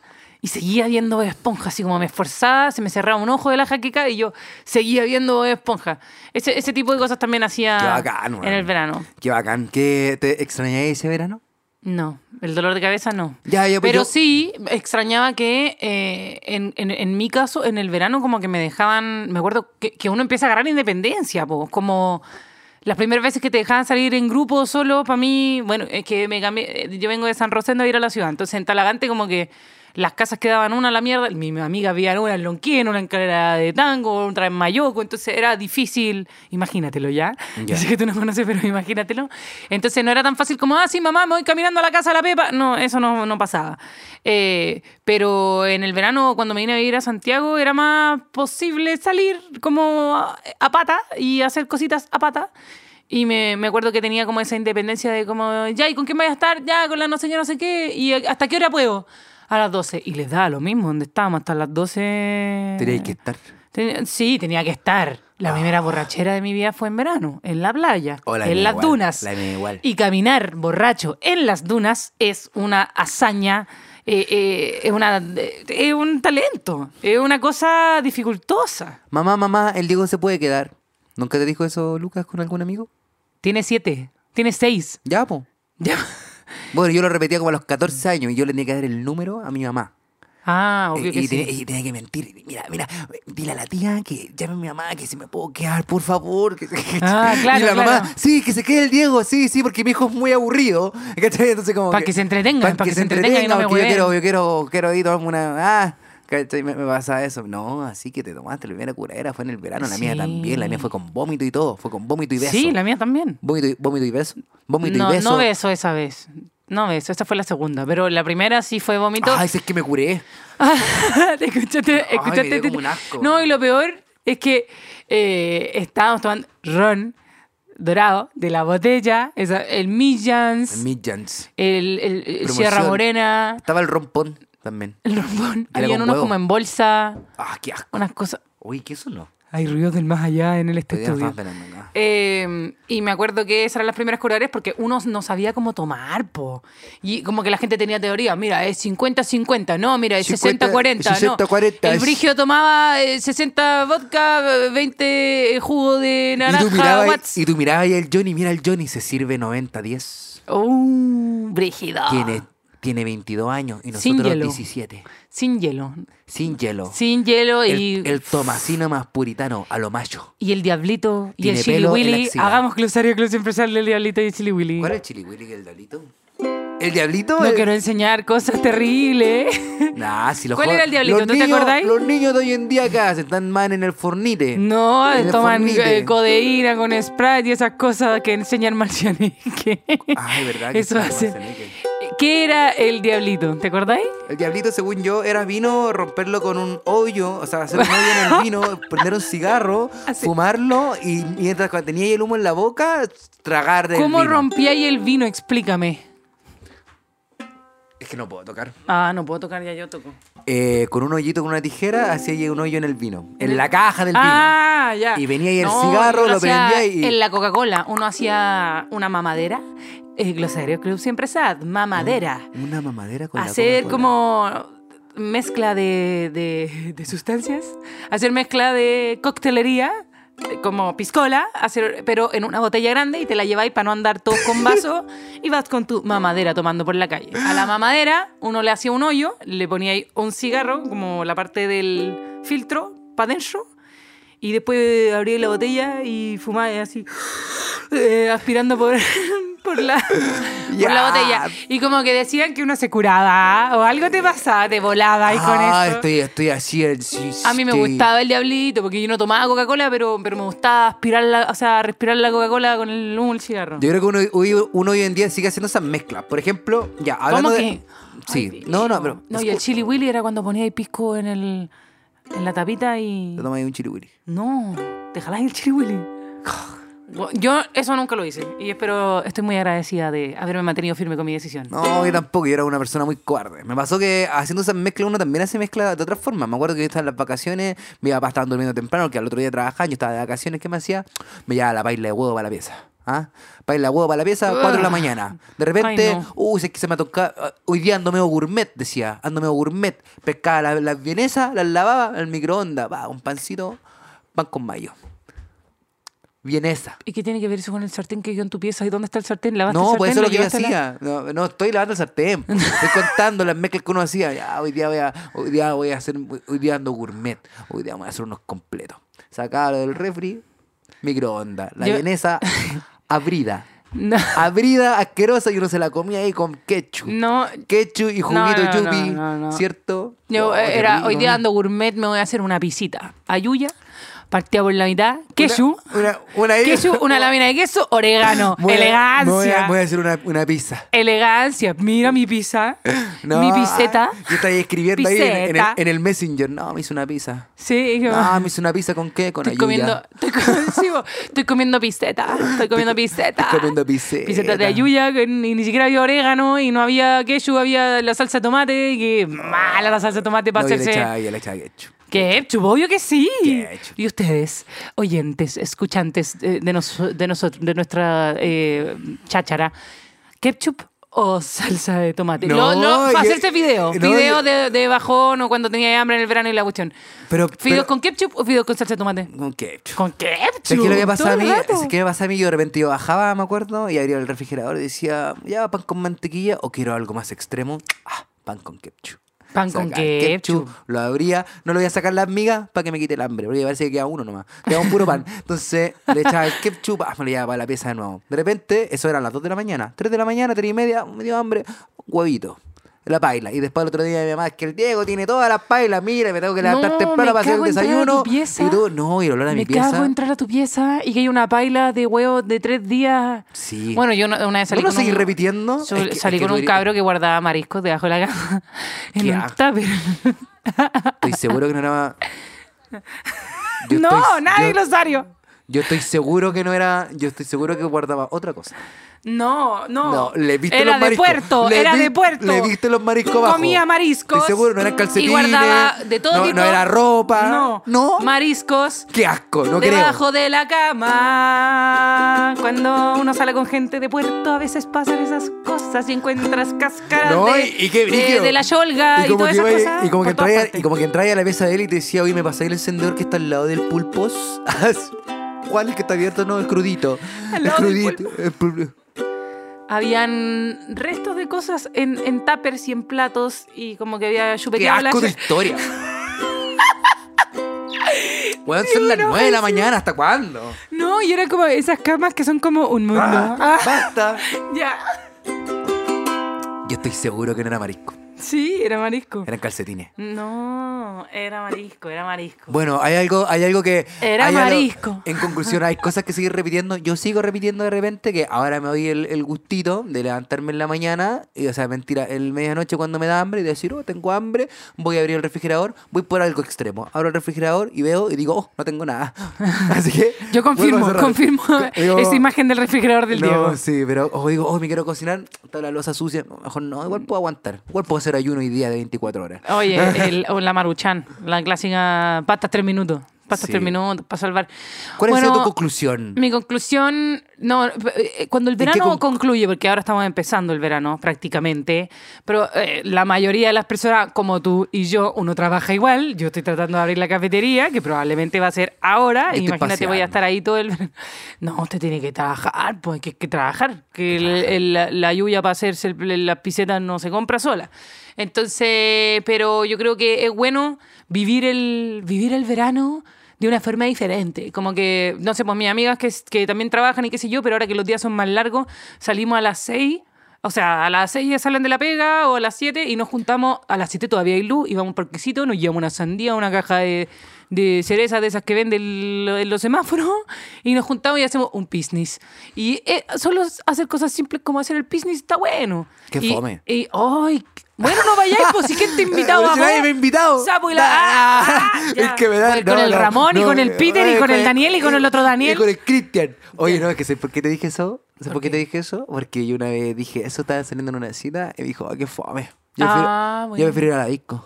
y seguía viendo Bob Esponja, así como me esforzaba, se me cerraba un ojo de la jaqueca y yo seguía viendo Bob Esponja. Ese, ese tipo de cosas también
Qué
hacía
bacán, weón.
en el verano.
Qué bacán. ¿Qué te extrañáis ese verano?
No, el dolor de cabeza no.
Ya, ya, pues
Pero
yo-
sí, extrañaba que eh, en, en- en mi caso, en el verano, como que me dejaban. Me acuerdo que, que uno empieza a agarrar independencia, po, como. Las primeras veces que te dejaban salir en grupo solo, para mí, bueno, es que me cambié, eh, yo vengo de San Rosendo a ir a la ciudad, entonces en Talagante como que las casas quedaban una a la mierda, mi amiga había en una en Lonquén, una en Calera de Tango, otra en Mayoco, entonces era difícil, imagínatelo ya, [laughs]
Ya.
Así que tú no conoces, pero imagínatelo. Entonces no era tan fácil como, ah, sí, mamá, me voy caminando a la casa de la Pepa. No, eso no, no pasaba. Eh, pero en el verano, cuando me vine a vivir a Santiago, era más posible salir como a, a pata y hacer cositas a pata. Y me, me acuerdo que tenía como esa independencia de como, ya, ¿y con quién voy a estar? Ya, con la no sé, yo no sé qué. ¿Y eh, hasta qué hora puedo? A las 12. Y les daba lo mismo, donde estábamos hasta las 12.
Teníais que estar.
Ten- sí, tenía que estar. La primera borrachera de mi vida fue en verano, en la playa,
Oh, Ah. la
en
mía
las
igual,
dunas.
la mía igual.
Y caminar borracho en las dunas es una hazaña, eh, eh, es, una, eh, es un talento, es una cosa dificultosa.
Mamá, mamá, el Diego se puede quedar. ¿Nunca te dijo eso, Lucas, con algún amigo?
Tiene siete, tiene seis.
Ya, [laughs] po.
Ya.
Bueno, yo lo repetía como a los 14 años y yo le tenía que dar el número a mi mamá.
Ah, obvio
Eh,
que
y,
sí.
tenía, y tenía que mentir. Mira, mira, dile a la tía que llame a mi mamá, que si me puedo quedar, por favor.
[laughs]
que-
Ah, claro,
y la
claro.
mamá, sí, que se quede el Diego, sí, sí, porque mi hijo es muy aburrido. ¿Cachai? Entonces, como.
Para que se entretenga, para que se entretenga y no
porque
me
yo
hueven.
quiero, yo quiero, quiero ir a tomarme una. Ah, ¿cachai? Me, me pasa eso. No, así que te tomaste la primera curadera, fue en el verano. La mía
Sí.
también, la mía fue con vómito y todo, fue con vómito y beso.
Sí, la mía también.
Vómito y, vómito y beso. Vómito
No,
y beso.
no beso esa vez. No beso, esa fue la segunda. Pero la primera sí fue vómito.
Ay, si es que me curé.
[laughs] Te escuchaste,
Ay,
escuchaste-
me dio como un asco.
No, y lo peor es que eh, estábamos tomando ron dorado de la botella, esa- el Millans,
Midjans.
el, el- el
Promoción.
Sierra Morena,
Estaba el rompón también.
el rombón.
Era
Habían
con
unos
huevo.
como en bolsa,
Ah, qué asco.
unas cosas.
Uy, ¿qué eso no?
Hay ruidos del más allá en el este
Todavía no
estudio.
estaba esperando nada.
Eh, y me acuerdo que esas eran las primeras curares porque uno no sabía cómo tomar, po. Y como que la gente tenía teoría, mira, es 50-50, no, mira, es
50,
60-40, no.
60-40,
El
es-
Brigio tomaba eh, 60 vodka, eh, 20 jugo de
Y tú
naranja,
mirabas
Watts.
y tú mirabas ahí el Johnny, mira el Johnny, se sirve 90-10.
Oh, brígido.
Tiene, tiene 22 años y
Sin
nosotros
hielo.
17.
Sin hielo.
Sin hielo.
Sin hielo y...
El, el tomasino más puritano, a lo macho.
Y el diablito y el
Tiene
chili
pelo en la
willy.
axila.
Hagamos glosario close empresarial del diablito y el chili willy.
¿Cuál es el chili willy que el diablito? ¿El diablito?
No
El-
quiero
[laughs]
enseñar cosas terribles.
Nah, si los
¿Cuál
jo-
era el diablito?
los
¿Tú te
niños-
acordáis?
Los niños de hoy en día acá se están más en el fornite.
[laughs] No,
En el
toman
fornite.
eh, codeína con Sprite y esas cosas que enseñan [laughs] marcianeque.
Ay, Ah, verdad. que
Eso
estaba
hace.
Marcianeque.
¿Qué era el diablito? ¿Te acordáis?
El diablito, según yo, era vino, romperlo con un hoyo, o sea, hacer un hoyo en el
[laughs]
vino, prender un cigarro,
Así.
fumarlo y mientras cuando tenía el humo en la boca, tragar del
¿Cómo
vino.
rompíais el vino? Explícame.
Es que no puedo tocar.
Ah, no puedo tocar, ya yo toco.
Eh, con un hoyito, con una tijera, hacía ahí un hoyo en el vino, en la caja del
Ah, ya.
Y venía ahí el
No,
cigarro,
uno
lo
hacía-
prendía y-
En la Coca-Cola, uno hacía una mamadera. El glosario club siempre sad, mamadera.
vino. Una mamadera con la
hacer
Coca-Cola.
como mezcla de, de- de sustancias, hacer mezcla de coctelería, eh, como piscola, hacer, pero en una botella grande y te la lleváis para no andar todos
[laughs]
con vaso y vas con tu mamadera tomando por la calle. A la mamadera uno le hacía un hoyo, le ponía ahí un cigarro, como la parte del filtro, para adentro. Y después abrí la botella y fumaba así, eh, aspirando por, [laughs] por, la, por la
Ya.
botella. Y como que decían que uno se curaba ¿ah? o algo te pasaba, te volaba y con
Ah,
eso.
estoy, estoy así. el- sí,
A mí me
estoy-
gustaba el diablito porque yo no tomaba Coca-Cola, pero, pero me gustaba aspirar la, o sea, respirar la Coca-Cola con el humo del cigarro.
Yo creo que uno, hoy- uno hoy en día sigue haciendo esas mezclas. Por ejemplo, ya, hablando
¿Cómo
de-
que?
Sí,
Ay,
no, no,
Dios.
pero.
No, y el
escu-
chili willy era cuando ponía el pisco en el en la tapita y
Te tomas ahí un chiliwiri.
no, te jalás el chili willy. Bueno, Yo eso nunca lo hice y espero estoy muy agradecida de haberme mantenido firme con mi decisión.
No, yo tampoco, yo era una persona muy cobarde. Me pasó que haciendo esas mezclas uno también hace mezcla de otra forma. Me acuerdo que yo estaba en las vacaciones, mi papá estaba durmiendo temprano, porque al otro día trabajaba, yo estaba de vacaciones, ¿qué me hacía? Me llevaba la paila de huevo para la pieza. ¿Ah? Paila de huevo para la pieza, 4 de la mañana. De repente,
Ay, no.
uy, sé que se me ha tocado. ah, Hoy día ando medio gourmet, decía. Ando medio gourmet. Pescaba la- las vienesas, las lavaba al microondas. Va, un pancito, pan con mayo. Vienesa.
¿Y qué tiene que ver eso con el sartén que quedó en tu pieza? ¿Y dónde está el sartén? ¿Lavaste el
No,
sartén?
pues eso es lo que yo
llevaste a la-
hacía. No, no, estoy lavando el
[laughs]
sartén. po. Estoy contando las mezclas que uno hacía. Ya, hoy día voy a, hoy día voy a hacer, hoy día ando gourmet. Hoy día voy a hacer unos completos. Sacaba lo del refri, microondas. La
Yo- [laughs]
vienesa abrida.
No.
Abrida, asquerosa, y uno se la comía ahí con ketchup.
[laughs] No,
Ketchup y juguito
Mm. no, no,
yupi,
no, no.
¿cierto?
yo
Oh,
eh,
qué
era,
rico.
hoy día ando gourmet, me voy a hacer una pisita. Ayuya, partida por la mitad, queso,
Una, una,
queso, una lámina de queso, orégano,
[laughs] Voy a- Voy
elegancia.
a, voy a hacer una, una pizza.
Elegancia, mira mi pizza,
[laughs] No,
mi piseta.
Yo estaba ahí escribiendo ahí en- en, el,
Piseta.
en el Messenger. No, me hice una pizza.
Sí, que-
No, me hice una pizza con qué, con
estoy
ayuda.
comiendo, estoy, com- [laughs] sí, bo, estoy comiendo piseta, estoy comiendo piseta.
Estoy comiendo piseta.
Piseta de ayuya, que ni, ni siquiera había orégano y no había queso, había la salsa de tomate, que mala la salsa de tomate
No,
para
yo le
hacerse...
echaba- yo le echaba ketchup.
Ketchup, obvio que sí.
Ketchup.
Y ustedes, oyentes, escuchantes eh, de, noso- de, nosotros, de nuestra eh, cháchara, ¿ketchup o salsa de tomate?
No,
No, no, para
yo-
hacerse video.
no,
video
yo-
de, de bajón o cuando tenía hambre en el verano y la cuestión.
Pero,
¿Fideos
pero-
con ketchup o fideos con salsa de tomate?
con ketchup.
Con ketchup.
¿Sabes qué lo que
todo
pasa a
el
mí?
rato.
¿Sabes qué me pasa a mí? Yo de repente yo bajaba, me acuerdo, y abría el refrigerador y decía, ya, pan con mantequilla o quiero algo más extremo, ah, pan con ketchup.
Pan con
sacar
ketchup.
Lo abría, no le voy a sacar las migas para que me quite el hambre, porque parece que queda uno nomás. Queda un puro pan. Entonces le echaba el ketchup, ah, me lo llevaba para la pieza de nuevo. De repente, eso eran las 2 de la mañana, 3 de la mañana, 3 y media, me dio hambre, huevito. La paila. Y después el otro día mi mamá, es que el Diego tiene todas las pailas, mira, me tengo que levantar
No,
temprano
me
para hacer el
cago entrar a tu
desayuno.
pieza.
Y tú, no, y el olor a mi
Me
pieza.
cago entrar a tu pieza y que hay una paila de huevos de tres días.
Sí.
Bueno, yo una una vez salí
¿No lo
con
seguís
un...
repitiendo?
so-
Es que- es
salí
que
con
tú
un
eres-
cabro que guardaba mariscos debajo de
[laughs]
la cama en
Qué
un
asco.
tupper.
Estoy seguro que no era. Yo
[laughs] no,
estoy-
nadie
yo-
lo salió.
Yo estoy seguro que no era. Yo estoy seguro que guardaba otra cosa.
No, no.
No, le viste
era
los mariscos.
de puerto,
Le
era
vi-
de puerto.
le viste los mariscos abajo.
Comía mariscos.
Estoy seguro, no eran calcetines,
Y guardaba de todo
no-
tipo.
no era ropa.
No.
¿No?
Mariscos.
¡Qué asco! No creo.
debajo de la cama. Cuando uno sale con gente de puerto, a veces pasan esas cosas y encuentras cáscaras
No,
de,
y- y qué
de-
brígido.
de la yolga y,
como
todas
que
esas
iba-
cosas.
y como que
por todas
entraba-
partes.
y como que entraba a la mesa de él y te decía, oye, me pasáis el encendedor que está al lado del pulpos. [laughs] ¿Cuál es que está abierto? No, es crudito.
Al
es
lado del
crudito. es pul-
Habían restos de cosas en, en tuppers y en platos y como que había
¡Qué
chupeteado la...
asco de
[laughs]
historia! Weón, son las nueve de la mañana, ¿hasta cuándo?
No, y era como esas camas que son como un mundo.
Ah, ¡Basta!
ya.
Yo estoy seguro que no era marisco,
Sí, era marisco.
eran calcetines.
No, era marisco, era marisco.
Bueno, hay algo, hay algo que.
Era
hay algo-
marisco.
en conclusión, hay cosas que seguir repitiendo. Yo sigo repitiendo de repente que ahora me doy el, el gustito de levantarme en la mañana, y, o sea, mentira, el medianoche cuando me da hambre y decir, oh, tengo hambre, voy a abrir el refrigerador, voy por algo extremo. Abro el refrigerador y veo y digo, oh, no tengo nada. [laughs] Así que.
[laughs] Yo confirmo,
vuelvo a cerrar. [laughs]
confirmo
Digo,
esa imagen del refrigerador del
no,
Diego.
sí, pero o digo, oh, me quiero cocinar, está la losa sucia. Mejor no, igual puedo aguantar. Igual puedo hacer ayuno y día de 24 horas. [laughs]
Oye, el- o la maruchan, la clásica pastas tres minutos. Pastas
Sí.
tres minutos para salvar.
¿Cuál ha
Bueno,
sido tu conclusión?
Mi conclusión, no, eh, eh, cuando el
qué
verano
conc-
concluye, porque ahora estamos empezando el verano prácticamente, pero eh, la mayoría de las personas, como tú y yo, uno trabaja igual. Yo estoy tratando de abrir la cafetería, que probablemente va a ser ahora.
Yo estoy
Imagínate, voy a
paseando.
estar ahí todo el verano. [laughs] No, usted tiene que trabajar, pues hay que, que trabajar. Que el- el- la, la lluvia para hacerse el- las pisetas no se compra sola. Entonces, pero yo creo que es bueno vivir el, vivir el verano de una forma diferente. Como que, no sé, pues mis amigas que, s- que también trabajan y qué sé yo, pero ahora que los días son más largos, salimos a las 6. O sea, a las 6 ya salen de la pega o a las 7 y nos juntamos. A las 7 todavía hay luz y vamos por quesito, nos llevamos una sandía, una caja de, de cerezas de esas que venden el- en los semáforos [laughs] y nos juntamos y hacemos un business. Y eh, solo hacer cosas simples como hacer el business está bueno.
Qué
Y-
fome.
Y, ¡ay! bueno, no vayáis, pues si quién te
[laughs]
invitado
Pero
a
si nadie
vos?
me ha invitado.
Sapo y la.
Da-
ah, ah,
ah,
ya.
es que me da-
Con
no,
el
no,
Ramón y
no,
con el
eh,
Peter y
eh,
con el
eh,
Daniel y con el otro
Y con
Daniel.
el Cristian. Oye, no, es que sé por qué te dije eso. ¿Sabes por qué te dije eso? Porque yo una vez dije, eso estaba saliendo en una cita y me dijo, ah, qué fome. Yo prefiero,
Ah,
yo
bueno.
prefiero ir a la disco.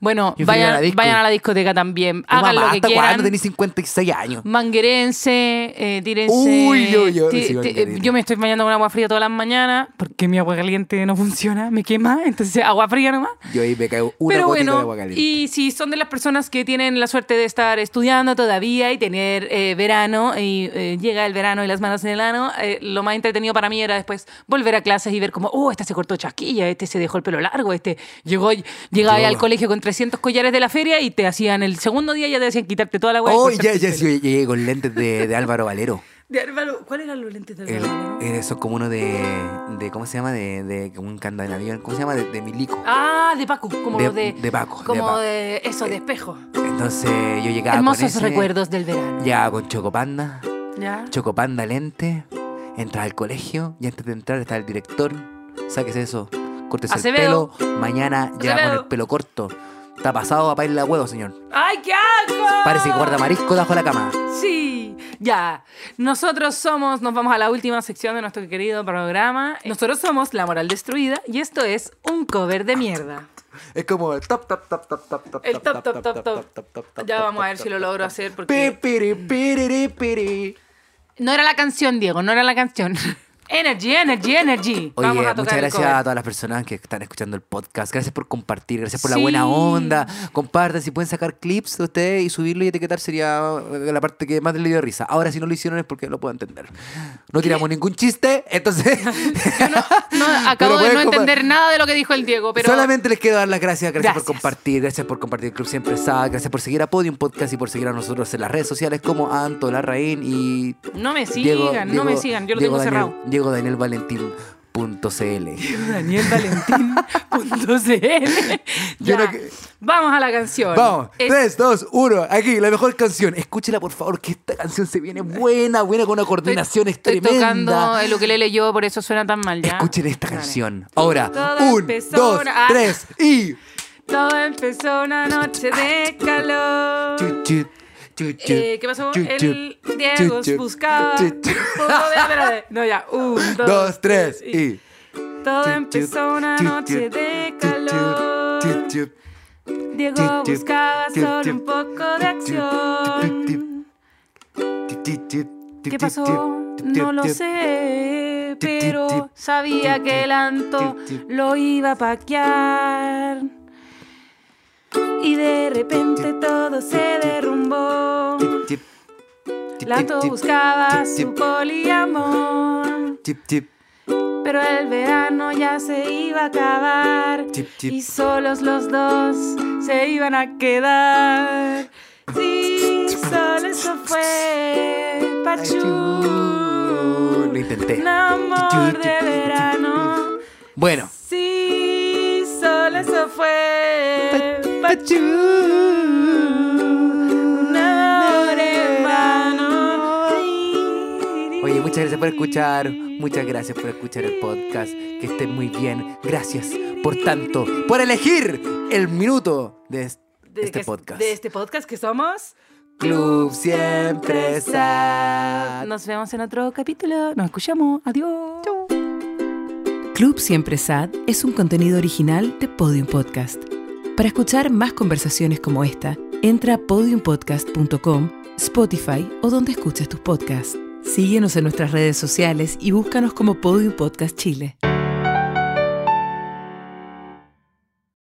Bueno,
Yo fui a
vayan,
la disco.
vayan a la discoteca también.
Tu
Hagan
mamá,
lo que
¿hasta
quieran.
cuándo tenés 56 años?
Manguerense, eh, tírense.
Uy, yo- yo-
ti-
sí,
ti-
manguerita.
yo me estoy bañando con agua fría todas las mañanas porque mi agua caliente no funciona, me quema, entonces agua fría nomás.
Yo ahí me caigo una
Pero
gotita
bueno,
de agua caliente.
y si son de las personas que tienen la suerte de estar estudiando todavía y tener eh, verano, y eh, llega el verano y las manos en el ano, eh, lo más entretenido para mí era después volver a clases y ver como, oh, esta se cortó chasquilla, este se dejó el pelo largo, este llegó, llegaba ahí
Yo-
al colegio con 300 collares de la feria y te hacían el segundo día ya te hacían quitarte toda la hueá. y
Oh,
cortarte
ya,
el
ya,
pelo.
sí, yo llegué con lentes de, de Álvaro
[laughs]
Valero.
De Álvaro, ¿cuáles eran los lentes de
El, eh,
Álvaro?
eso es como uno de, de, ¿cómo se llama? De, de como un candelabro, ¿cómo se llama? De, de milico.
Ah, de Paco, como
De-
los de...
de Paco, de
Como
Paco.
de eso, de espejo.
Entonces yo llegaba con
Hermosos
ese,
recuerdos del verano.
Llegaba con Chocopanda.
¿Ya?
Chocopanda lente, entras al colegio y antes de entrar está el director. Sáquese eso, cortes el
Acevedo.
pelo, mañana ya con
Acevedo.
el pelo corto. Está pasado a país la huevo, señor.
¡Ay, qué asco!
Parece que guarda marisco debajo de la cama.
Sí, ya. Nosotros somos, nos vamos a la última sección de nuestro querido programa. Nosotros somos La Moral Destruida y esto es un cover de mierda.
Es como el top, top, top, top, top, top.
El top, top, top, top. Ya vamos a ver si lo logro hacer porque...
Pipiri, piriri, piri.
No era la canción, [laughs] Diego, no era la canción. Energy, energy, energy.
Oye,
Vamos a
muchas
tocar el
gracias
cover.
a todas las personas que están escuchando el podcast. Gracias por compartir, gracias por la
Sí.
buena onda. Compartan, si pueden sacar clips de ustedes y subirlo y etiquetar sería eh, la parte que más les dio risa. Ahora, si no lo hicieron es porque lo puedo entender. No tiramos ningún chiste, entonces
No,
Pero
acabo de
pueden
no
compa-
entender nada de lo que dijo el Diego, [laughs]
[laughs]
pero
solamente les quiero dar las gracias. Gracias, por
Gracias.
compartir, gracias por compartir el Club Siempre Sada, gracias por seguir a Podium Podcast y por seguir a nosotros en las redes sociales como Anto Larraín y
no me sigan,
Diego-
no
Diego-
me sigan, yo lo
Diego
tengo
Daniel-
cerrado.
Diego Daniel Valentín punto CL.
Daniel [laughs] Valentín.cl.
Yo
Ya.
no que-
Vamos a la canción.
Vamos,
Es-
3, 2, 1, aquí, la mejor canción. Escúchela, por favor, que esta canción se viene buena, buena, con una coordinación
estoy tocando
tremenda.
el ukelele yo, por eso suena tan mal ya.
Escuchen esta canción. Ahora,
Todo
1,
empezó
2,
una- ah.
3 y.
Todo empezó una noche de calor.
Chut, chut, chut, chut,
Eh, ¿Qué pasó?
chut,
El
chut,
Diego
chut, chut,
buscaba.
chut,
[laughs]
chut.
Oh, espérate, espérate. No, ya. Un, dos,
2, 3 y.
Todo empezó una
Chut, chut,
noche de
chut, chut,
calor.
chut, chut.
Diego
chut, chut,
buscaba
chut,
solo
chut,
un poco de
chut, chut,
acción.
Chut, chut, chut,
¿Qué
chut,
pasó?
chut,
No lo
chut,
sé, pero sabía que el anto lo iba a paquear. Y de repente todo se derrumbó.
chut, chut, chut,
Lanto
chut,
buscaba su poliamor.
chut, chut,
Pero el verano ya se iba a acabar
Chip, chip.
y solos los dos se iban a quedar. Sí, solo eso fue
Lo
Pachú,
intenté.
un amor de verano.
Bueno.
Sí, solo eso fue Pachú, un amor en vano.
Oye, muchas gracias por escuchar. Muchas gracias por escuchar el podcast. Que estén muy bien. Gracias por tanto, por elegir el minuto de es-
de
este
que-
podcast.
De este podcast que somos.
Club Siempre Sad.
Nos vemos en otro capítulo. Nos escuchamos. Adiós.
Club Siempre Sad es un contenido original de Podium Podcast. Para escuchar más conversaciones como esta, entra a podiumpodcast.com, Spotify o donde escuches tus podcasts. Síguenos en nuestras redes sociales y búscanos como Podium Podcast Chile.